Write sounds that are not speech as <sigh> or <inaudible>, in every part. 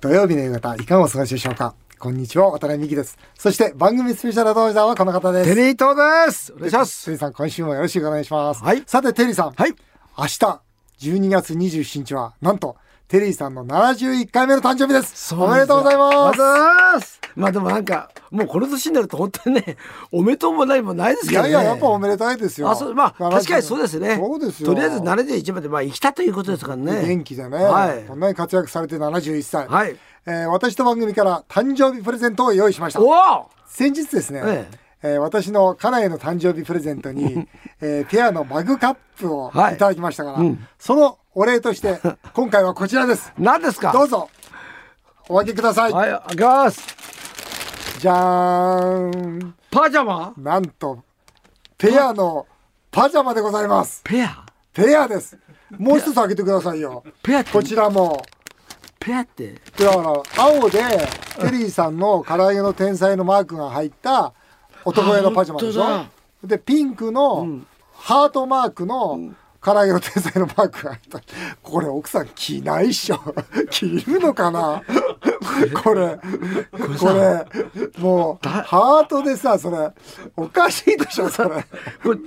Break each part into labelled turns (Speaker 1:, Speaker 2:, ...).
Speaker 1: 土曜日の夕方いかがお過ごしでしょうかこんにちは渡辺美希ですそして番組スペシャルアドバイザーはこの方です
Speaker 2: テリー東ですお願いしま
Speaker 1: テ
Speaker 2: す
Speaker 1: リーさん今週もよろしくお願いします、
Speaker 2: はい
Speaker 1: さてテリーさん、
Speaker 2: はい
Speaker 1: 明日12月27日はなんとテリーさんの71回目の誕生日ですおめでとうござい
Speaker 2: おめ
Speaker 1: ま
Speaker 2: ですとうございますまあでもなんかもうこの年になると本当にね <laughs> おめでとうも何もないです
Speaker 1: い
Speaker 2: けど
Speaker 1: や
Speaker 2: ね
Speaker 1: いややっぱおめでたいですよ
Speaker 2: あそうまあ
Speaker 1: 70
Speaker 2: 確かにそうですね
Speaker 1: そうですよ
Speaker 2: とりあえず71までまあ生きたということですからね
Speaker 1: 元気でね、
Speaker 2: はい
Speaker 1: こんなに活躍されて71歳、
Speaker 2: はい
Speaker 1: えー私と番組から誕生日プレゼントを用意しました
Speaker 2: おお
Speaker 1: 先日ですね、
Speaker 2: え
Speaker 1: えー私の家内の誕生日プレゼントに、 <laughs> えーペアのマグカップを
Speaker 2: はい
Speaker 1: いただきましたから、そのお礼として
Speaker 2: <laughs>
Speaker 1: 今回はこちらです
Speaker 2: 何ですか
Speaker 1: どうぞお分けください、
Speaker 2: はい開けます
Speaker 1: じゃーん
Speaker 2: パジャマ
Speaker 1: なんとペアのパジャマでございます
Speaker 2: ペア
Speaker 1: ペアですもう一つ開けてくださいよ
Speaker 2: ペアって
Speaker 1: こちらも
Speaker 2: ペアって
Speaker 1: だから青でテリーさんの唐揚げの天才のマークが入った男用のパジャマでし
Speaker 2: あ
Speaker 1: ょ
Speaker 2: 本
Speaker 1: でピンクのハートマークの唐揚げの天才のマークが入ったこれ奥さん着ないっしょ <laughs> 着るのかなこれこれもうハートでさそれおかしいでしょそれ
Speaker 2: これ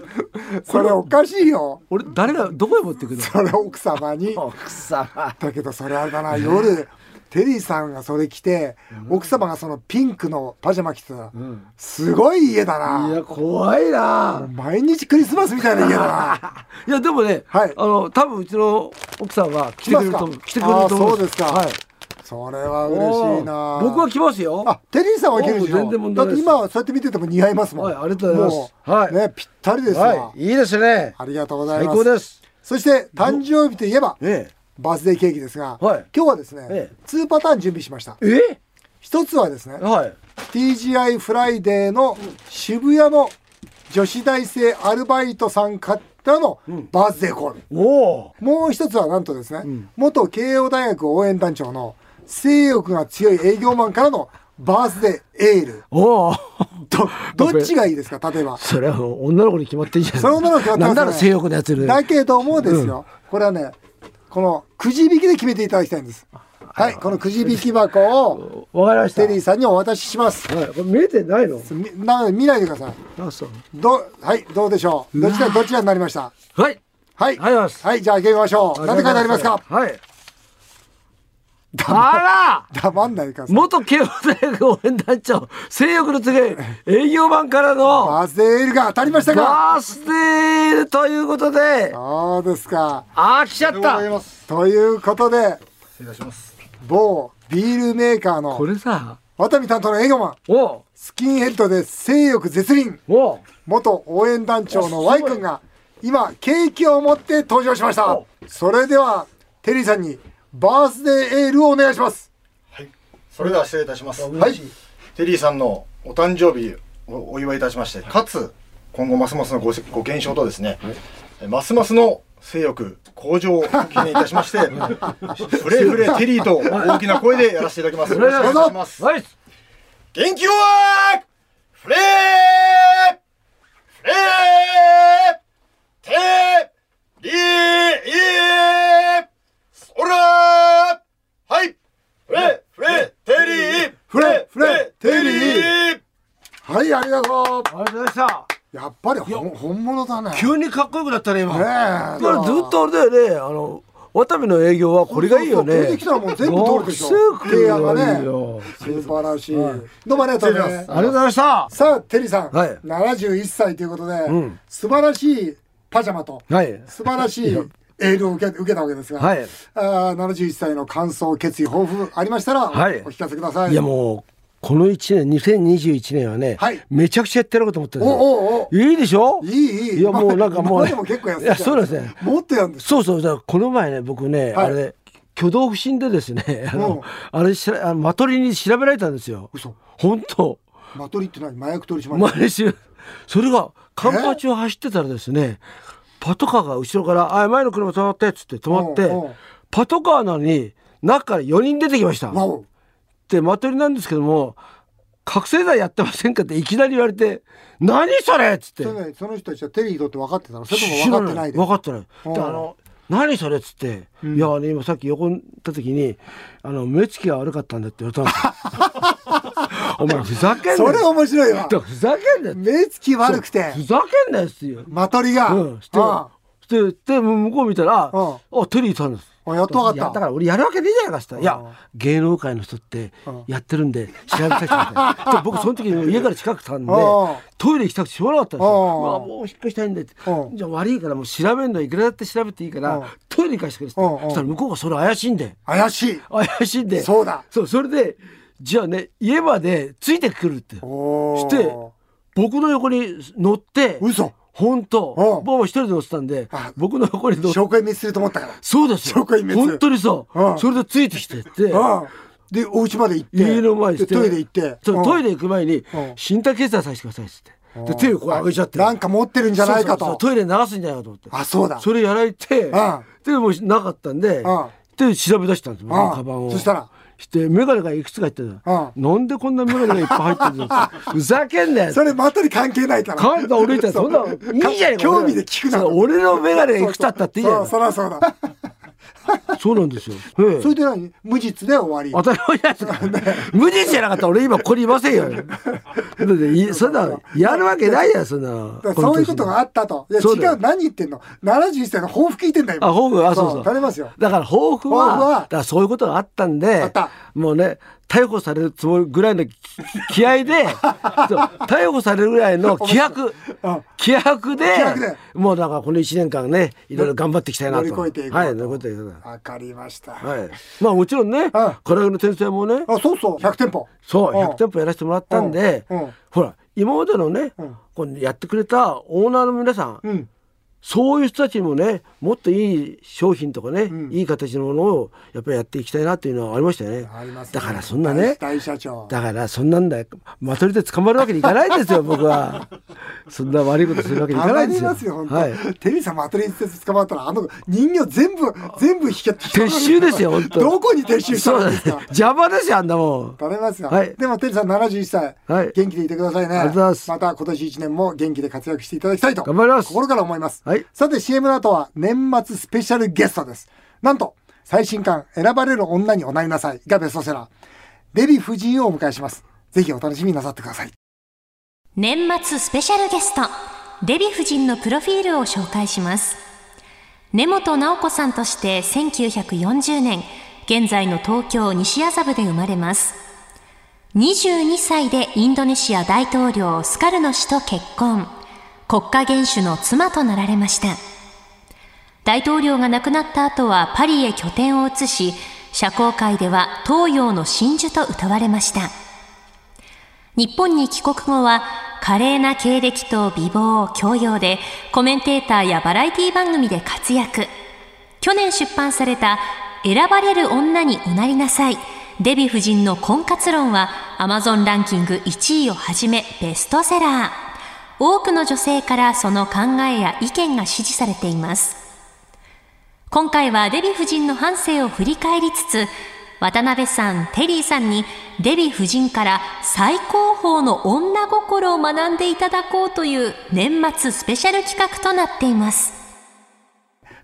Speaker 1: それおかしいよ
Speaker 2: 俺誰がどこへ持ってくる
Speaker 1: それ <laughs> 奥様に
Speaker 2: の奥様
Speaker 1: だけどそれあれだな夜テリーさんがそれ着て、奥様がそのピンクのパジャマ着てたら、すごい家だ
Speaker 2: い
Speaker 1: な
Speaker 2: や怖いな
Speaker 1: 毎日クリスマスみたいな家だな
Speaker 2: いやでもね、
Speaker 1: はい
Speaker 2: あの多分うちの奥さんは <laughs> 来てくれると思
Speaker 1: 来ま
Speaker 2: う
Speaker 1: すか
Speaker 2: 来てくれると思
Speaker 1: あーそうですか
Speaker 2: はい、
Speaker 1: それは嬉しいな
Speaker 2: 僕は来ますよ
Speaker 1: あテリーさんは着るでし
Speaker 2: もう全然
Speaker 1: ょ
Speaker 2: 問
Speaker 1: だ
Speaker 2: 題
Speaker 1: って
Speaker 2: ないです
Speaker 1: 今はそうやって見てても似合いますもん、
Speaker 2: はいありがとうございます
Speaker 1: も
Speaker 2: はい
Speaker 1: ねぴったりですわ、
Speaker 2: はいいいですね
Speaker 1: ありがとうござい
Speaker 2: 最
Speaker 1: ます
Speaker 2: 高です
Speaker 1: そして誕生日といえば
Speaker 2: え
Speaker 1: バースデーケーキですが、
Speaker 2: はい
Speaker 1: 今日はですね、
Speaker 2: ええ
Speaker 1: 2パターン準備しました
Speaker 2: ええ
Speaker 1: 一つはですね
Speaker 2: はい
Speaker 1: TGI フライデーの渋谷の女子大生アルバイトさんからのバースデーコール、
Speaker 2: おお
Speaker 1: もう一つはなんとですね、元慶応大学応援団長の性欲が強い営業マンからのバースデーエール
Speaker 2: おお
Speaker 1: どどっちがいいですか例えば
Speaker 2: <laughs> それはもう女の子に決まってんじゃない
Speaker 1: それ女の子に決まってますね
Speaker 2: なんなら性欲のやつる
Speaker 1: だけどもですよ、これはねこのくじ引きで決めていただきたいんですはいこのくじ引き箱を
Speaker 2: わかりました
Speaker 1: テリーさんにお渡しします
Speaker 2: はい、これ見えてないの
Speaker 1: みな見ないでください
Speaker 2: あそう
Speaker 1: どはいどうでしょうどちらどちらになりました
Speaker 2: はい
Speaker 1: はい。
Speaker 2: ありがとうございます
Speaker 1: はい、じゃあ、行きましょう。なんて書いてありますか。
Speaker 2: はいあら
Speaker 1: 黙んないでください。
Speaker 2: 元慶応大学応援団長性欲の強い営業マンからの
Speaker 1: バースデーエールが当たりましたか。
Speaker 2: バースデーということで
Speaker 1: そうですか。
Speaker 2: あー来ちゃっ
Speaker 3: あ
Speaker 2: た
Speaker 3: りがとうございます。
Speaker 1: ということで、
Speaker 3: 失礼いたします。
Speaker 1: 某ビールメーカー
Speaker 2: こ
Speaker 1: の
Speaker 2: れさ
Speaker 1: 渡美担当の営業マン、
Speaker 2: お
Speaker 1: スキンヘッドで性欲絶倫、
Speaker 2: うおう
Speaker 1: 元応援団長の
Speaker 2: あ
Speaker 1: Y
Speaker 2: すごい
Speaker 1: 君が、今、ケーキを持って登場しました
Speaker 2: お。
Speaker 1: それでは、テリーさんに、バースデーエールをお願いします。
Speaker 3: はい。それでは失礼いたします。
Speaker 1: は
Speaker 3: はいい。。テリーさんのお誕生日をお祝いいたしまして、かつ今後ますますのごご健勝とですね、えますますの性欲向上を記念いたしまして、フレフレテリーと大きな声でやらせていただきます。よろしくお願いします。
Speaker 2: はい
Speaker 3: 元気よーフレーフレーテリーそらーはいフレーフレーテリー
Speaker 1: フレフレテリ
Speaker 3: ー
Speaker 1: はい、ありがと
Speaker 2: ありがとうございました
Speaker 1: う。やっぱり本本物だね。ね
Speaker 2: 急にかっこよくなったね今
Speaker 1: え
Speaker 2: これずっとあれだよねあの渡部の営業はこれがいいよ
Speaker 1: そうそ
Speaker 2: ね
Speaker 1: うこれできたらもう全部通るでしょ
Speaker 2: 学生
Speaker 1: 提案がね
Speaker 2: いいよ
Speaker 1: 素晴らしい。どうもありがとうございます
Speaker 2: あ。りがとうございました
Speaker 1: さあ、テリーさん、
Speaker 2: はい
Speaker 1: 71歳ということで、
Speaker 2: うん
Speaker 1: 素晴らしいパジャマと、
Speaker 2: はい
Speaker 1: 素晴らしいエールを受け受けたわけですが、
Speaker 2: はい
Speaker 1: あー71歳の感想、決意、抱負ありましたら、
Speaker 2: はい
Speaker 1: お聞かせください。
Speaker 2: いやもうこの一年2021年はね、
Speaker 1: はい
Speaker 2: めちゃくちゃやってやろうと思ってるん
Speaker 1: お
Speaker 2: ですよ
Speaker 1: おお
Speaker 2: いいで
Speaker 1: いい
Speaker 2: しょ
Speaker 1: いい
Speaker 2: いやもうなんかもう、
Speaker 1: 今までも結構やって
Speaker 2: い
Speaker 1: た
Speaker 2: やそうなんですね
Speaker 1: もっとやるんです。
Speaker 2: そうそうだからこの前ね僕ね、
Speaker 1: はい
Speaker 2: あれ挙動不審でですねあの、あれしらあのマトリに調べられたんですよ
Speaker 1: 嘘
Speaker 2: 本当
Speaker 1: マトリって何麻薬取り締まり
Speaker 2: 毎週それがカンパチを走ってたらですねパトカーが後ろから「あ前の車止まって」っつって止まって、
Speaker 1: うんうん
Speaker 2: パトカーなのに中から4人出てきました。
Speaker 1: わお
Speaker 2: ってマトリなんですけども覚醒剤やってませんかっていきなり言われて「何それ!」っつって
Speaker 1: それねその人たちはテリーとって分かってたのそれとも
Speaker 2: 知
Speaker 1: 分
Speaker 2: ら
Speaker 1: かってないで
Speaker 2: 分かってない
Speaker 1: うん
Speaker 2: であの何それ」っつって「いやあの今さっき横にいた時にあの目つきが悪かったんだ」って言われたんですよ
Speaker 1: <laughs>
Speaker 2: お前ふざけんなよ
Speaker 1: それ面白いわ
Speaker 2: だからふざけんなよ
Speaker 1: 目つき悪くて
Speaker 2: ふざけんなよっすよ
Speaker 1: まとりが、
Speaker 2: うん、して
Speaker 1: あ
Speaker 2: してで向こう見たら「
Speaker 1: うん
Speaker 2: あテリーいたんです」
Speaker 1: あやっとわ
Speaker 2: い
Speaker 1: か
Speaker 2: やだ
Speaker 1: っ
Speaker 2: か
Speaker 1: た
Speaker 2: ら俺やるわけねえじゃないかっつったらいや
Speaker 1: うん
Speaker 2: 芸能界の人って
Speaker 1: うん
Speaker 2: やってるんで調べさせてくださ
Speaker 1: <laughs>
Speaker 2: いで僕その時に家から近くたんで
Speaker 1: うん
Speaker 2: トイレ行きたくてしょうがなかったんですよ
Speaker 1: うん
Speaker 2: うわもう引っ越したいんでって
Speaker 1: うん
Speaker 2: じゃあ悪いからもう調べるのいくらだって調べていいか
Speaker 1: うん
Speaker 2: らトイレ行かせてくれって
Speaker 1: うんうん
Speaker 2: そしたら向こうがそれ怪しいんで
Speaker 1: 怪しい
Speaker 2: 怪しいんで
Speaker 1: そうだ
Speaker 2: そうそれでじゃあね家までついてくるって
Speaker 1: おー
Speaker 2: して僕の横に乗って
Speaker 1: 嘘
Speaker 2: 本当
Speaker 1: うん
Speaker 2: 僕も一人で乗ってたんで
Speaker 1: あ
Speaker 2: 僕の横に乗って
Speaker 1: 証拠隠滅すると思ったから
Speaker 2: そうですよ
Speaker 1: 証拠隠滅
Speaker 2: 本当にそう、
Speaker 1: うん
Speaker 2: それでついてきてって、
Speaker 1: うんでお家まで行って
Speaker 2: 家の前にし
Speaker 1: で
Speaker 2: て
Speaker 1: トイレ行って
Speaker 2: そうトイ
Speaker 1: レ
Speaker 2: レ行く前
Speaker 1: う
Speaker 2: に
Speaker 1: ん
Speaker 2: 身体検査させてくださいっつってで手をこう上げちゃって
Speaker 1: なんか持ってるんじゃないかと
Speaker 2: そうそうそうトイレ流すんじゃないかと思って
Speaker 1: あそうだ
Speaker 2: それやられて
Speaker 1: ん
Speaker 2: でもうなかったんで
Speaker 1: うん
Speaker 2: で調べ出したんです僕の
Speaker 1: うん
Speaker 2: カバンを
Speaker 1: そしたら
Speaker 2: してメガネがいくつか入ってる
Speaker 1: う
Speaker 2: なんでこんなメガネがいっぱい入ってるの
Speaker 1: <laughs>
Speaker 2: ふざけんなよ
Speaker 1: それまとり関係ないから
Speaker 2: カード俺みたいなそんないいじゃねえか
Speaker 1: 興味で聞くな
Speaker 2: そう俺のメガネがいくつあったっていいじゃ
Speaker 1: そ
Speaker 2: な
Speaker 1: う
Speaker 2: い
Speaker 1: そらそうだ
Speaker 2: そうなんですよええ
Speaker 1: それで何無実で終わ
Speaker 2: 当たり前じゃないですか。無実じゃなかったら俺今ここにいませんよ。だっていそんなやるわけないやんそんな
Speaker 1: り。そういうことがあ
Speaker 2: あ
Speaker 1: ったといや
Speaker 2: そうだ
Speaker 1: 違
Speaker 2: よ
Speaker 1: う何言ってんの71歳の抱負聞いてんだよ今
Speaker 2: 抱負あそうそう
Speaker 1: 垂れますよ
Speaker 2: だから抱負は
Speaker 1: 抱負は
Speaker 2: だからそういうことがあったんで
Speaker 1: あった
Speaker 2: もうね逮捕されるつもりぐらいのき気
Speaker 1: <laughs>
Speaker 2: 合でそう逮捕されるぐらいの気迫
Speaker 1: うん
Speaker 2: 気迫で
Speaker 1: 気迫で
Speaker 2: もうだからこの1年間ねいろいろ頑張っていきたいなと
Speaker 1: 乗り越えていこうと
Speaker 2: はい乗り越えていこう
Speaker 1: わかりました
Speaker 2: とはいまあもちろんね唐揚げの天才もね
Speaker 1: あそうそう100店舗
Speaker 2: そう、
Speaker 1: うん
Speaker 2: 100店舗やらせてもらったんで、
Speaker 1: うんうん
Speaker 2: ほら今までのね、
Speaker 1: うん
Speaker 2: こうやってくれたオーナーの皆さん、
Speaker 1: うん
Speaker 2: そういう人たちにもねもっといい商品とかね、
Speaker 1: ん
Speaker 2: いい形のものをやっぱりやっていきたいなっていうのはありましたよね
Speaker 1: ありますね
Speaker 2: だからそんなね
Speaker 1: 大社長
Speaker 2: だからそんなんだよまとりで捕まるわけにいかないですよ僕
Speaker 1: <laughs>
Speaker 2: はそんな悪いことするわけにいか
Speaker 1: た
Speaker 2: な
Speaker 1: ま
Speaker 2: いで
Speaker 1: り
Speaker 2: すよ
Speaker 1: ますよ本当、
Speaker 2: はい
Speaker 1: テリーさんもアトリエに捕まったらあの人形全部全部引き撤
Speaker 2: 撤収ですよ本当
Speaker 1: どこに撤収した
Speaker 2: そうんだ
Speaker 1: で
Speaker 2: ね
Speaker 1: すか
Speaker 2: 邪魔ですよあんなもん
Speaker 1: 食べますよ、
Speaker 2: はい
Speaker 1: でもテリーさん71歳、
Speaker 2: はい
Speaker 1: 元気でいてくださいね
Speaker 2: ありがとうございます
Speaker 1: また今年1年も元気で活躍していただきたいと
Speaker 2: 頑張ります
Speaker 1: 心から思います、
Speaker 2: はい
Speaker 1: さて CM の後は年末スペシャルゲストですなんと最新刊「選ばれる女におなりなさい」がベストセラーデヴィ夫人をお迎えしますぜひお楽しみになさってください
Speaker 4: 年末スペシャルゲストデヴィ夫人のプロフィールを紹介します根本直子さんとして1940年現在の東京西麻布で生まれます22歳でインドネシア大統領スカルノ氏と結婚国家元首の妻となられました大統領が亡くなった後はパリへ拠点を移し社交界では東洋の真珠と歌われました日本に帰国後は華麗な経歴と美貌教養でコメンテーターやバラエティ番組で活躍去年出版された「選ばれる女におなりなさい」デヴィ夫人の婚活論は Amazon ランキング1位をはじめベストセラー多くの女性からその考えや意見が支持されています今回はデヴィ夫人の半生を振り返りつつ渡辺さんテリーさんにデヴィ夫人から最高峰の女心を学んでいただこうという年末スペシャル企画となっています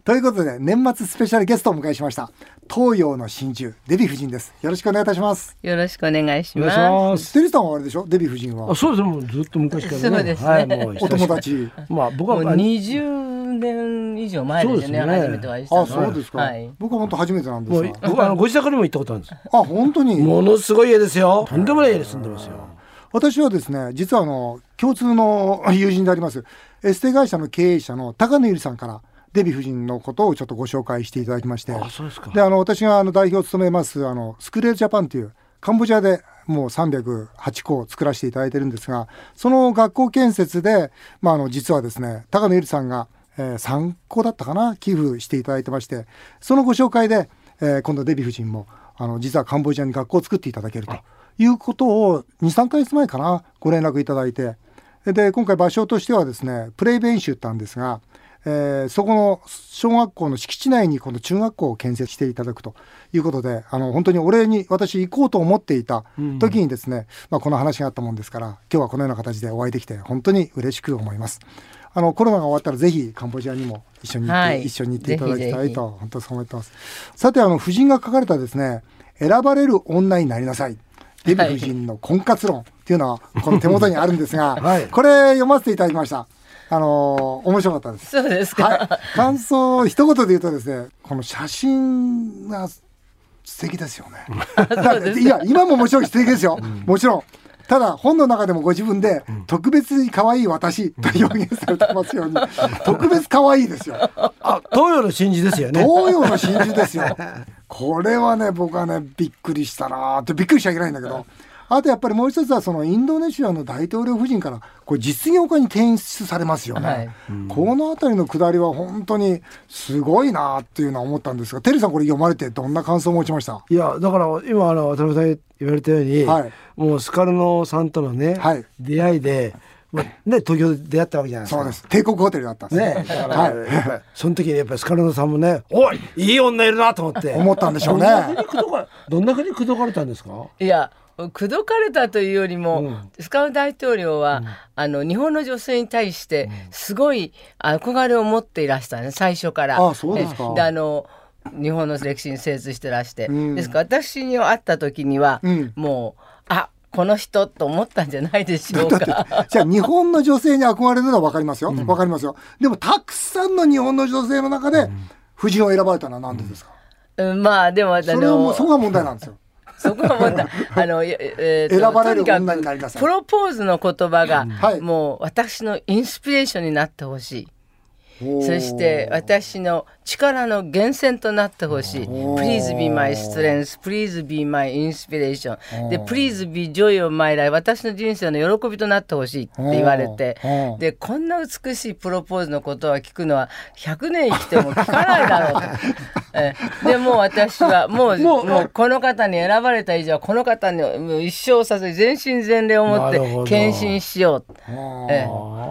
Speaker 1: ということで年末スペシャルゲストをお迎えしました東洋の真珠デヴィ夫人ですよろしくお願いいたします
Speaker 5: よろしくお願いし
Speaker 2: お願
Speaker 5: ま
Speaker 2: い
Speaker 5: す。
Speaker 2: します
Speaker 1: テリーさんはあれでしょデヴィ夫人
Speaker 2: あ
Speaker 1: は
Speaker 2: そうですねもうずっと昔からね
Speaker 5: そうですね
Speaker 2: はい、もう久
Speaker 1: お
Speaker 2: し
Speaker 1: 友達
Speaker 2: まあ僕
Speaker 5: もう
Speaker 2: はまあ
Speaker 5: 20年以上前です
Speaker 2: そう
Speaker 5: よね。
Speaker 2: ですね
Speaker 5: 初めてお会いしたの
Speaker 1: あ
Speaker 5: は
Speaker 1: そうですか、
Speaker 5: はい。
Speaker 1: 僕は本当初めてなんで
Speaker 2: も
Speaker 1: す
Speaker 2: う
Speaker 1: が
Speaker 2: 僕あのご自宅にも行ったことあるんです
Speaker 1: あ本当に
Speaker 2: ものすごい家ですよとんでもない家に住んでますよ
Speaker 1: 私はですね実はあの共通の <laughs> 友人でありますエステ会社の経営者の高野由里さんからデヴィ夫人のことをちょっとご紹介していただきまして
Speaker 2: あそうですか
Speaker 1: であの私があの代表を務めますあのスクレールジャパンというカンボジアでもう308校作らせていただいてるんですがその学校建設で、まあ、あの実はですね高野由里さんが、えー3校だったかな寄付していただいてましてそのご紹介で、えー今度デヴィ夫人もあの実はカンボジアに学校を作っていただけるということを23ヶ月前かなご連絡いただいてで今回場所としてはですねプレイベン州ってあるんですが、えーそこの小学校の敷地内にこの中学校を建設していただくということであの本当にお礼に私行こうと思っていた時にですね、まあ、この話があったもんですから今日はこのような形でお会いできて本当に嬉しく思います。あのコロナが終わったらぜひカンボジアにも一緒に行って、
Speaker 5: はい
Speaker 1: 一緒に行っていただき
Speaker 5: ぜ
Speaker 1: たい
Speaker 5: ひぜひ
Speaker 1: と本当そう思ってます。さてあの夫人が書かれたですね選ばれる女になりなさい。デヴィ夫人の婚活論っていうのはこの手元にあるんですが、
Speaker 2: はい
Speaker 1: これ読ませていただきました。あのー面白かったです。
Speaker 2: <laughs>
Speaker 5: そうですか。
Speaker 1: はい、感想を一言で言うとですね、この写真が素敵ですよね。 <laughs> だいや今ももちろん素敵ですよ。もちろん。ただ本の中でもご自分で特別に可愛い私と表現されてますよう
Speaker 2: <laughs>
Speaker 1: に、特別可愛いですよ。
Speaker 2: あ東洋の真珠ですよね
Speaker 1: 東洋の真珠ですよ。これはね、僕はね、びっくりしたなーって、びっくりしちゃいけないんだけど。あとやっぱりもう一つはそのインドネシアの大統領夫人からこれ実業家に転出されますよね、
Speaker 5: はい
Speaker 1: この辺りの下りは本当にすごいなーっていうのは思ったんですがテリーさんこれ読まれてどんな感想を持ちました
Speaker 2: いやだから今あの渡辺さん言われたように、
Speaker 1: はい
Speaker 2: もうスカルノさんとのね、
Speaker 1: はい
Speaker 2: 出会いで、まあ、ね東京で出会ったわけじゃないですか
Speaker 1: そうです帝国ホテルだったんです
Speaker 2: ねだから
Speaker 1: はい、
Speaker 2: その時にやっぱりスカルノさんもね「おいいい女いるな」と思って
Speaker 1: 思ったんでしょうね
Speaker 2: どんな風に口説かどんな風に口説かれたんですか
Speaker 5: いや口説かれたというよりも、
Speaker 2: うん
Speaker 5: スカウ大統領は、あの日本の女性に対してすごい憧れを持っていらしたね最初から。
Speaker 1: あそうですか
Speaker 5: えであの日本の歴史に精通してらして、
Speaker 1: うん
Speaker 5: ですから私に会った時には、
Speaker 1: うん
Speaker 5: もうあこの人と思ったんじゃないでしょうか。
Speaker 1: じゃあ日本の女性に憧れるのは分かりますよ、分かりますよでもたくさんの日本の女性の中で夫人を選ばれたのは何でですか、
Speaker 5: うんまあでもあ
Speaker 1: それはも
Speaker 5: の
Speaker 1: うそこが問題なんですよ
Speaker 5: そこはまたあの、ええーと
Speaker 1: 選ばれる
Speaker 5: とかく
Speaker 1: 女になりなさい
Speaker 5: プロポーズの言葉が、
Speaker 1: はい
Speaker 5: もう私のインスピレーションになってほしい。
Speaker 1: そ
Speaker 5: そして私の力の源泉となってほしい。Please be my strength, please be my inspiration. で、Please be joy of my life. 私の人生の喜びとなってほしいって言われて
Speaker 1: おーおー。
Speaker 5: で、こんな美しいプロポーズのことは聞くのは100年生きても聞かないだろうと。ええでもう私はもうもうこの方に選ばれた以上はこの方にもう一生させ全身全霊を持っ
Speaker 2: なるほど
Speaker 5: て献身しよう。ええ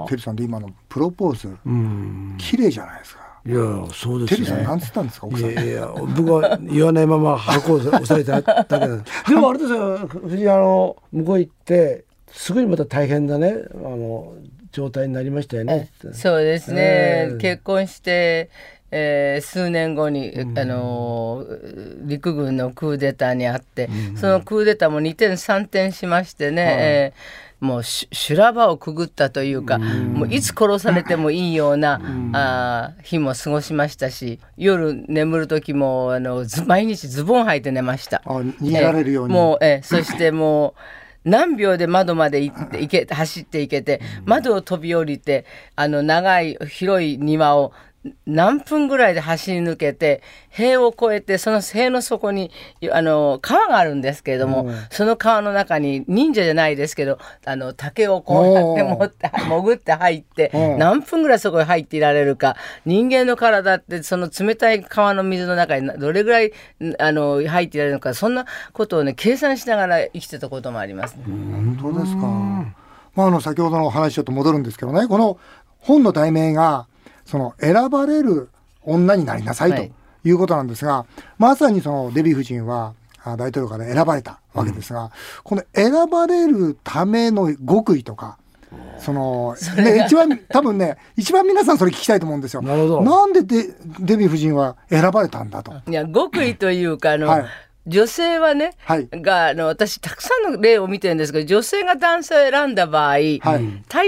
Speaker 1: テリーさんで今のプロポーズ
Speaker 2: うん
Speaker 1: 綺麗じゃないですか
Speaker 2: いやそうで
Speaker 1: テ
Speaker 2: す
Speaker 1: リーさん
Speaker 2: ね
Speaker 1: なんつったんですか奥
Speaker 2: い
Speaker 1: さん
Speaker 2: やいや僕は言わないまま箱を押されただけなん <laughs> ですでもあれですよ藤井あの向こう行ってすごいまた大変なねあの状態になりましたよね
Speaker 5: そうですね、
Speaker 2: えー
Speaker 5: 結婚して、えー数年後に、あのー陸軍のクーデターにあって、そのクーデターも2点3点しましてね、えーもうし修羅場をくぐったというか、もういつ殺されてもいいような、あー日も過ごしましたし夜眠る時もあのず毎日ズボン履いて寝ました。
Speaker 1: あ逃げられるように、
Speaker 5: ええもう、ええそしてもう <laughs> 何秒で窓まで行って行け走って行けて窓を飛び降りてあの長い広い庭を何分ぐらいで走り抜けて塀を越えてその塀の底にあの川があるんですけれども、その川の中に忍者じゃないですけどあの竹をこうやって <laughs> 持って潜って入って
Speaker 1: うん
Speaker 5: 何分ぐらいそこに入っていられるか人間の体ってその冷たい川の水の中になどれぐらいんあの入っていられるのかそんなことをね計算しながら生きてたこともありますね。
Speaker 1: 本当ですか。まあ、あの、先ほどのお話ちょっと戻るんですけどね、この本の題名が、その、選ばれる女になりなさい
Speaker 5: は
Speaker 1: と
Speaker 5: い
Speaker 1: いうことなんですが、まさにそのデヴィ夫人は、あ大統領から選ばれたわけですが、この選ばれるための極意とか、その、ね、一番、多分ね、一番皆さんそれ聞きたいと思うんですよ。
Speaker 2: なるほど
Speaker 1: なんでデデヴィ夫人は選ばれたんだと。
Speaker 5: いや極意というかあの、
Speaker 1: はい
Speaker 5: 女性はね、
Speaker 1: はい
Speaker 5: があの私たくさんの例を見てるんですけど女性が男性を選んだ場合、大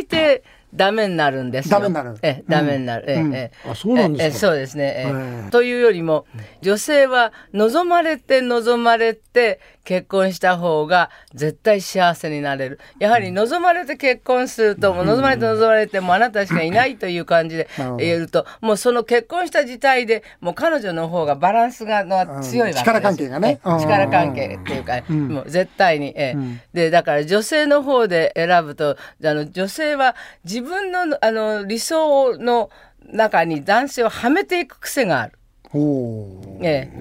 Speaker 5: 抵ダメになるんですよ。
Speaker 1: ダメになる
Speaker 5: ええダメになる。ええ
Speaker 1: うん
Speaker 5: ええ
Speaker 2: あそうなんですか
Speaker 5: ええそうですね、ええ
Speaker 2: ええ
Speaker 5: というよりも女性は望まれて望まれて結婚した方が絶対幸せになれるやはり望まれて結婚すると、もう望まれて望まれてもうあなたしかいないという感じで
Speaker 1: なるほど
Speaker 5: 言えるともうその結婚した時代でもう彼女の方がバランスがの強いわけです、
Speaker 1: 力関係がね
Speaker 5: ええ
Speaker 1: うん
Speaker 5: 力関係っていうか、もう絶対に、ええでだから女性の方で選ぶとあの女性は自分のあの理想の中に男性をはめていく癖がある。
Speaker 1: おおー。
Speaker 5: ええええ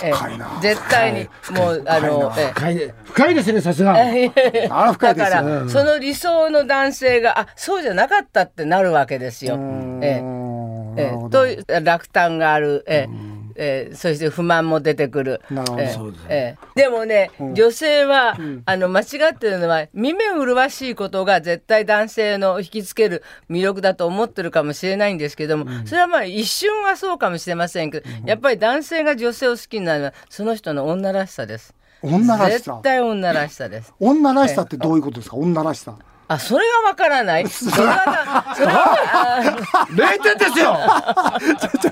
Speaker 1: 深いな
Speaker 5: 絶対にもうあの、ええ
Speaker 2: 深いね深いですねさすが
Speaker 1: あら、深い
Speaker 5: だ
Speaker 1: で
Speaker 5: か
Speaker 1: すよ。
Speaker 5: ら、その理想の男性があそうじゃなかったってなるわけですよ。ええ
Speaker 1: うん
Speaker 5: え
Speaker 1: なるほ
Speaker 5: え
Speaker 1: ど
Speaker 5: と落胆がある、えええーそして不満も出てくる。
Speaker 1: なるほど
Speaker 5: えー
Speaker 2: そうですね
Speaker 5: えーでもね、女性は、あの間違ってるのは見目麗しいことが絶対男性の引きつける魅力だと思ってるかもしれないんですけども、それはまあ一瞬はそうかもしれませんけど、やっぱり男性が女性を好きになるのはその人の女らしさです。
Speaker 1: 女らしさ
Speaker 5: 絶。対女らしさです。
Speaker 1: 女らしさってどういうことですか？女らしさ。
Speaker 5: あ、それがわからない。それはそれはあ
Speaker 2: 0点で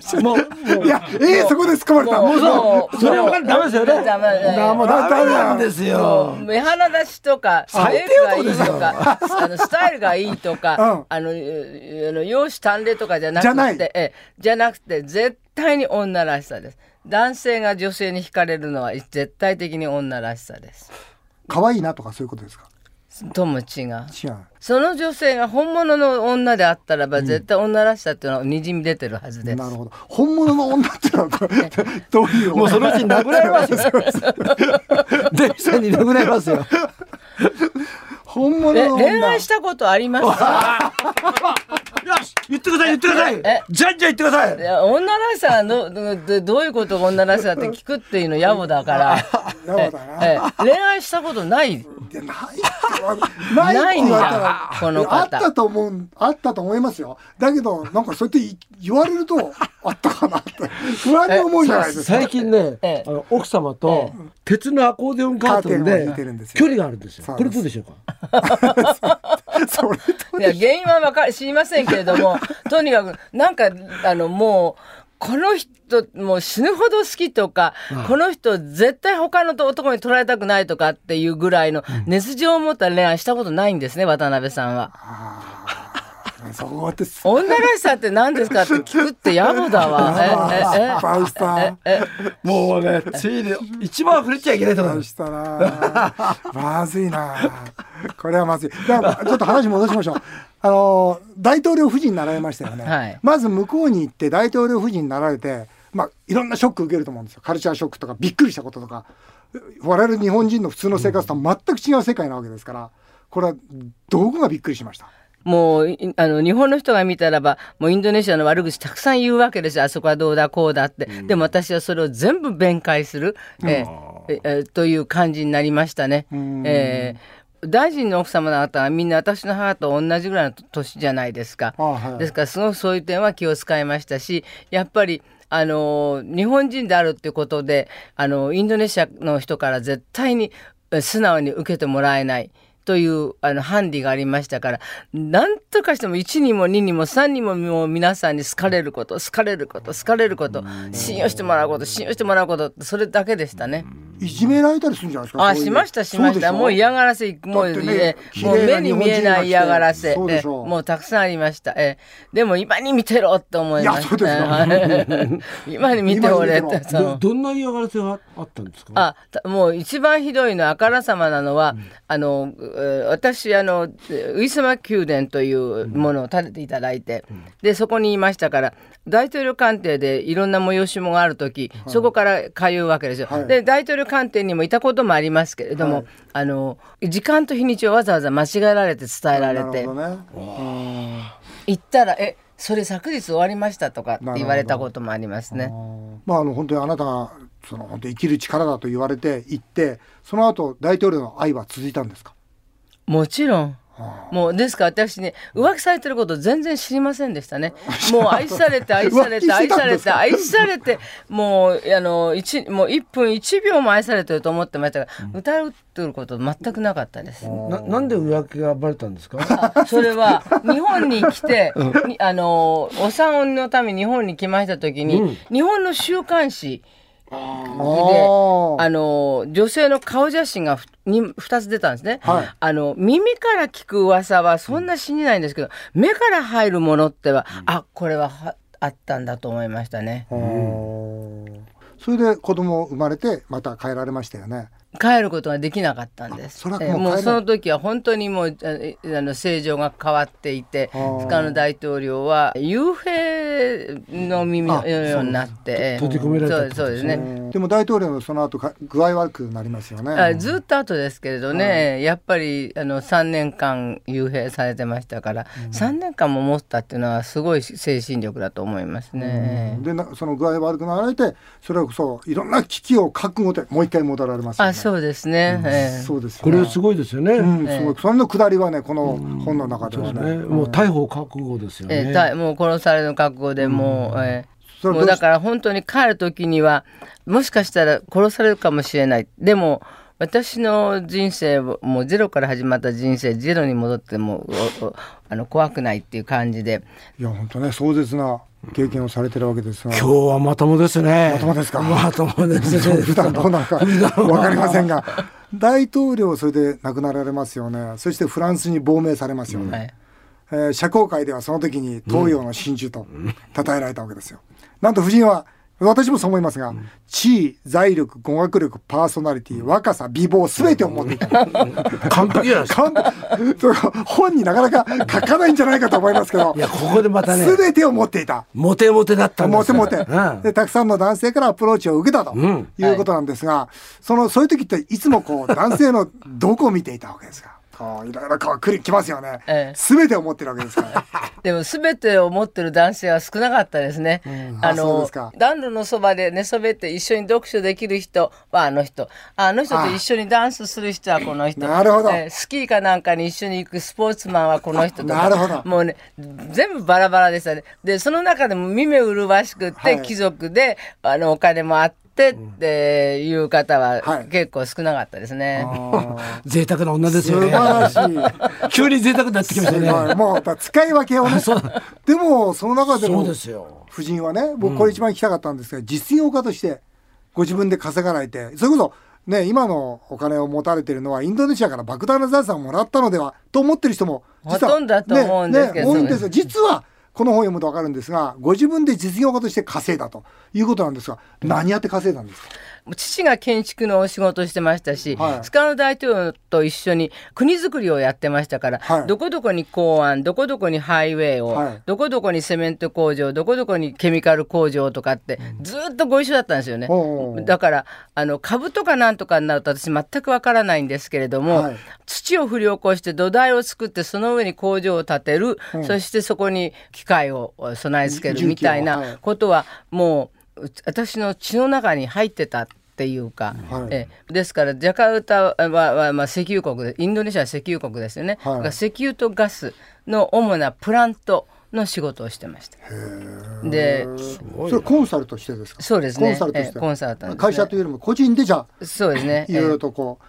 Speaker 2: す <laughs> よもうも
Speaker 1: いや、ええそこで突っ込まれた。
Speaker 5: も
Speaker 1: も
Speaker 5: う
Speaker 1: う
Speaker 5: も
Speaker 2: うそれは分かんないダメですよね
Speaker 5: ダメだよ
Speaker 1: なもう
Speaker 2: ダ
Speaker 1: だ
Speaker 2: メ
Speaker 1: ダメ
Speaker 2: なん
Speaker 1: だ
Speaker 2: ですよ
Speaker 5: 目鼻立ちとか、メイ
Speaker 2: 最低
Speaker 5: クが
Speaker 2: 男
Speaker 5: い
Speaker 2: で
Speaker 5: い
Speaker 2: すよ
Speaker 5: とか、あのスタイルがいいと
Speaker 1: うん
Speaker 5: か、あの、えあの容姿端麗とかじゃな
Speaker 1: じゃな
Speaker 5: く
Speaker 1: い
Speaker 5: て、ええじゃなくて、絶対に女らしさです。男性が女性に惹かれるのは絶対的に女らしさです。
Speaker 1: 可愛いなとかそういうことですか？
Speaker 5: とも違う。
Speaker 1: 違う。
Speaker 5: その女性が本物の女であったらば、絶対女らしさっていうのはにじみ出てるはずです。
Speaker 1: なるほど。本物の女ってのはこれどういう女？
Speaker 2: もうそのうち殴られますよ電車に殴られますよ
Speaker 1: <laughs> 本物
Speaker 5: え
Speaker 1: の女。
Speaker 5: 恋愛したことありますか
Speaker 2: よし言ってください言ってください
Speaker 5: え
Speaker 2: じゃんじゃん言ってくださ
Speaker 5: い
Speaker 2: い
Speaker 5: や女らしさのどどどういうことが女らしさって聞くっていうの野暮だから。
Speaker 1: なるほどな。
Speaker 5: ええ恋愛したことない
Speaker 1: いやないって言わないって言われたら
Speaker 5: ないんだこの方
Speaker 1: あったと思うあったと思いますよだけどなんかそうやってい言われるとあったかなって不安に思うじゃないですか
Speaker 2: 最近ね、
Speaker 5: ええ
Speaker 2: あの奥様と鉄のアコーディオンカーテン
Speaker 1: カーテンを引いてるんで
Speaker 2: です
Speaker 1: よ
Speaker 2: 距離があるんですよ。
Speaker 1: そう
Speaker 2: こ
Speaker 1: です
Speaker 2: れどうでしょうか。
Speaker 1: それと
Speaker 5: いや原因はわか知りませんけれどもとにかくなんかあのもうこの人もう死ぬほど好きとか、この人絶対他の男に取られたくないとかっていうぐらいの熱情を持った恋愛したことないんですね渡辺さんは。
Speaker 1: そうやってす
Speaker 5: 女らしさって何ですかって聞くって野暮だ
Speaker 1: あ
Speaker 5: わ。
Speaker 1: ー失敗した
Speaker 5: えええええ
Speaker 2: もうね、ついに一番触れちゃいけないと思いま
Speaker 1: し
Speaker 2: す。
Speaker 1: たなまずいなこれはまずいだからちょっと話戻しましょうあの大統領夫人になられましたよね、
Speaker 5: はい
Speaker 1: まず向こうに行って大統領夫人になられてまあいろんなショック受けると思うんですよカルチャーショックとかびっくりしたこととか我々日本人の普通の生活とは全く違う世界なわけですからこれはどこがびっくりしました
Speaker 5: もういあの日本の人が見たらばもうインドネシアの悪口たくさん言うわけですよあそこはどうだこうだって、でも私はそれを全部弁解する、えーええーという感じになりましたね。えー大臣の奥様方はみんな私の母と同じぐらいの年じゃないですか。
Speaker 1: あはい
Speaker 5: ですからすごくそういう点は気を使いましたしやっぱりあの日本人であるっていうことであのインドネシアの人から絶対にえ素直に受けてもらえない。というあのハンディがありましたから何とかしても1にも2にも3にももう皆さんに好かれること好かれること好かれること信用してもらうこと信用してもらうことそれだけでしたね。
Speaker 1: いじめられたりするんじゃないですかそ
Speaker 5: あ
Speaker 1: ういう
Speaker 5: しましたしま
Speaker 1: そ
Speaker 5: し
Speaker 1: で
Speaker 5: たもう嫌がらせも
Speaker 1: だ
Speaker 5: う,え
Speaker 1: っ
Speaker 5: ー、
Speaker 1: てね
Speaker 5: もう
Speaker 1: 綺麗な
Speaker 5: 目
Speaker 1: 日
Speaker 5: に
Speaker 1: 本人が来て
Speaker 5: 見えない嫌がらせ
Speaker 1: そうでしょ
Speaker 5: え
Speaker 1: う
Speaker 5: ーもうたくさんありました、えーでも今に見てろって思いました
Speaker 1: いや
Speaker 5: えー
Speaker 1: <laughs>
Speaker 5: 今に見ておれっ
Speaker 1: 今に見
Speaker 5: て
Speaker 1: て
Speaker 5: そ
Speaker 2: ど
Speaker 5: う
Speaker 2: どんな嫌がらせがあったんですか。
Speaker 5: あたもう一番ひどいのはあからさまなのは、あのえー私あのえーウィスマ宮殿というものを建てていただいて、でそこにいましたから大統領官邸でいろんな催し物がある時、そこから通うわけですよ。
Speaker 1: はい
Speaker 5: で大統領官邸にもいたこともありますけれども、
Speaker 1: はい
Speaker 5: あの時間と日にちをわざわざ間違えられて伝えられ
Speaker 1: な
Speaker 5: て
Speaker 1: るほどね
Speaker 5: 行ったら「えそれ昨日終わりました」とかって言われたこともありますね。
Speaker 1: まあ、あの本当にあなたがその本当に生きる力だと言われて行ってその後大統領の愛は続いたんですか
Speaker 5: もちろん。もうですから私ね浮気されてること全然知りませんでし
Speaker 1: <laughs>
Speaker 5: たね。もう愛されて愛され
Speaker 1: 浮気して
Speaker 5: て愛
Speaker 1: た
Speaker 5: さ
Speaker 1: んで
Speaker 5: れ
Speaker 1: す
Speaker 5: て
Speaker 1: か
Speaker 5: 愛されてもうあの一もう一分一秒も愛されてると思ってましたから、歌うってること全くなかったです。
Speaker 2: ななんで浮気がバレたんですか。
Speaker 5: それは日本に
Speaker 1: <laughs>
Speaker 5: 来て、にあのお産のために日本に来ました時に、日本の週刊誌
Speaker 1: あ
Speaker 5: で
Speaker 1: ー
Speaker 5: あの女性の顔写真がふに2つ出たんですね、
Speaker 1: はい
Speaker 5: あの耳から聞く噂はそんな信じないんですけど、目から入るものっては、あこれははあったんだと思いましたね
Speaker 1: あーそれで子供生まれてまた帰られましたよね
Speaker 5: 帰ることができなかったんです。
Speaker 1: あそれはもう
Speaker 5: えー
Speaker 1: 帰れ
Speaker 5: もう
Speaker 1: ない
Speaker 5: その時は本当にもうあえあの政情が変わっていて塚野大統領は幽閉の耳のようになって
Speaker 2: そう閉じ込められたって
Speaker 5: そ
Speaker 2: こと
Speaker 5: うそうで
Speaker 2: ですす
Speaker 5: ね。
Speaker 1: でも大統領のその後か具合悪くなりますよね。
Speaker 5: あずっと後ですけれどね、やっぱりあの3年間幽閉されてましたから、3年間も持ったっていうのはすごい精神力だと思いますね。
Speaker 1: でなその具合悪くなられてそれこそいろんな危機を覚悟でもう一回戻られますよね。
Speaker 5: あそうですね、ええ
Speaker 1: そうですよ
Speaker 2: <laughs> こ
Speaker 1: ね、
Speaker 2: れすごいですよね。
Speaker 1: うん、すごいそんなくだりはねこの本の中で
Speaker 2: そうで
Speaker 1: は
Speaker 2: す
Speaker 1: ね。
Speaker 2: ね。もう逮捕覚悟ですよ
Speaker 5: え
Speaker 2: ね。
Speaker 5: えたもう殺されの覚悟でもう、ええ
Speaker 1: それどう
Speaker 5: もう
Speaker 1: し
Speaker 5: だから本当に帰る時にはもしかしたら殺されるかもしれないでも私の人生をもうゼロから始まった人生ゼロに戻ってもおおあの怖くないっていう感じで
Speaker 1: いや本当ね壮絶な経験をされてるわけですが。
Speaker 2: 今日はまともですね。ま
Speaker 1: ともですか
Speaker 2: まともですね。
Speaker 1: <laughs> 普段どうなのかわかりませんが大統領それで亡くなられますよねそしてフランスに亡命されますよね、
Speaker 5: はい
Speaker 1: えー社交界ではその時に東洋の真珠と称えられたわけですよ、なんと夫人は私もそう思いますが、地位財力語学力パーソナリティ若さ美貌全てを持っていた
Speaker 2: <laughs> 完璧じゃないですか。
Speaker 1: かんそれ本になかなか書かないんじゃないかと思いますけど
Speaker 2: いやここでまたね。
Speaker 1: 全てを持っていた
Speaker 2: モテモテだったんで
Speaker 1: モテ
Speaker 2: すよ
Speaker 1: モテ、
Speaker 2: うん
Speaker 1: でたくさんの男性からアプローチを受けたと
Speaker 2: ん
Speaker 1: いうことなんですが、そのそういう時っていつもこう男性のどこを見ていたわけですかこういろいろこう来る来ますよね、
Speaker 5: ええ
Speaker 1: 全てを持ってるわけですから
Speaker 5: <laughs> でも全てを持ってる男性は少なかったですね。
Speaker 1: あそうですか
Speaker 5: 暖炉のそばで寝そべって一緒に読書できる人はあの人ああの人と一緒にダンスする人はこの人
Speaker 1: なるほど
Speaker 5: えースキーかなんかに一緒に行くスポーツマンはこの人とか
Speaker 1: なるほど
Speaker 5: もうね全部バラバラでしたね。でその中でも見目麗しくって、
Speaker 1: はい
Speaker 5: 貴族であのお金もあってっていう方
Speaker 1: は
Speaker 5: はい結構少なかったですね。
Speaker 2: 贅沢な女です
Speaker 1: 素
Speaker 2: よ
Speaker 1: 晴
Speaker 2: ね。
Speaker 1: らしい
Speaker 2: 急に贅沢になってきまし
Speaker 1: す
Speaker 2: た
Speaker 1: ご
Speaker 2: <laughs> ね。
Speaker 1: いもうやっぱ使い分けをねでもその中で
Speaker 2: そ
Speaker 1: も
Speaker 2: うですよ。
Speaker 1: 夫人はね僕これ一番聞きたかったんですが、実業家としてご自分で稼がれてそれこそね今のお金を持たれてるのはインドネシアから莫大な財産をもらったのではと思ってる人もは
Speaker 5: ほとんどだと思うんですけど
Speaker 1: ねね多いんですよ実はこの本を読むと分かるんですがご自分で実業家として稼いだということなんですが何やって稼いだんですか
Speaker 5: 父が建築のお仕事をしてましたし、
Speaker 1: はい
Speaker 5: 塚野大統領と一緒に国づくりをやってましたから、
Speaker 1: はい
Speaker 5: どこどこに港湾どこどこにハイウェイを、
Speaker 1: はい
Speaker 5: どこどこにセメント工場どこどこにケミカル工場とかってずーっとご一緒だったんですよね。
Speaker 1: おうおう
Speaker 5: だからあの株とかなんとかになると私全くわからないんですけれども、
Speaker 1: はい
Speaker 5: 土を振り起こして土台を作ってその上に工場を建てる、そしてそこに機械を備え付けるみたい
Speaker 1: 重機をはい
Speaker 5: なことはもうう私の血の中に入ってたっていうか、
Speaker 1: はい
Speaker 5: ええですからジャカルタは、はまあ、石油国でインドネシアは石油国ですよね、
Speaker 1: はい
Speaker 5: だから石油とガスの主なプラントの仕事をしてました。で
Speaker 1: それコンサルとしてですか
Speaker 5: そうですね
Speaker 1: コンサルとし
Speaker 5: え
Speaker 1: て、
Speaker 5: えコンサルタントですね
Speaker 1: 会社というよりも個人でじゃあ
Speaker 5: そうですね、
Speaker 1: いろいろとこう、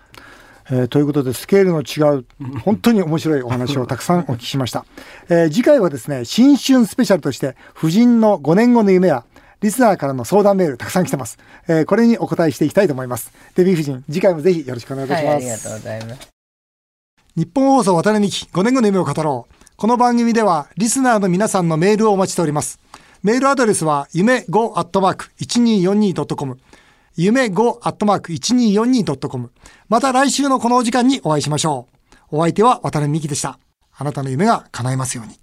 Speaker 1: えーということでスケールの違う本当に面白いお話をたくさんお聞きしました、えー次回はですね新春スペシャルとして夫人の5年後の夢やリスナーからの相談メールたくさん来てます、えーこれにお答えしていきたいと思いますデビー夫人次回もぜひよろしくお願いいた
Speaker 5: は
Speaker 1: し
Speaker 5: い、
Speaker 1: ます、
Speaker 5: ありがとうございます。
Speaker 1: 日本放送渡辺美希5年後の夢を語ろうこの番組ではリスナーの皆さんのメールをお待ちしておりますメールアドレスは夢 5-1242.com 夢 5-1242.com また来週のこのお時間にお会いしましょうお相手は渡辺美希でしたあなたの夢が叶いますように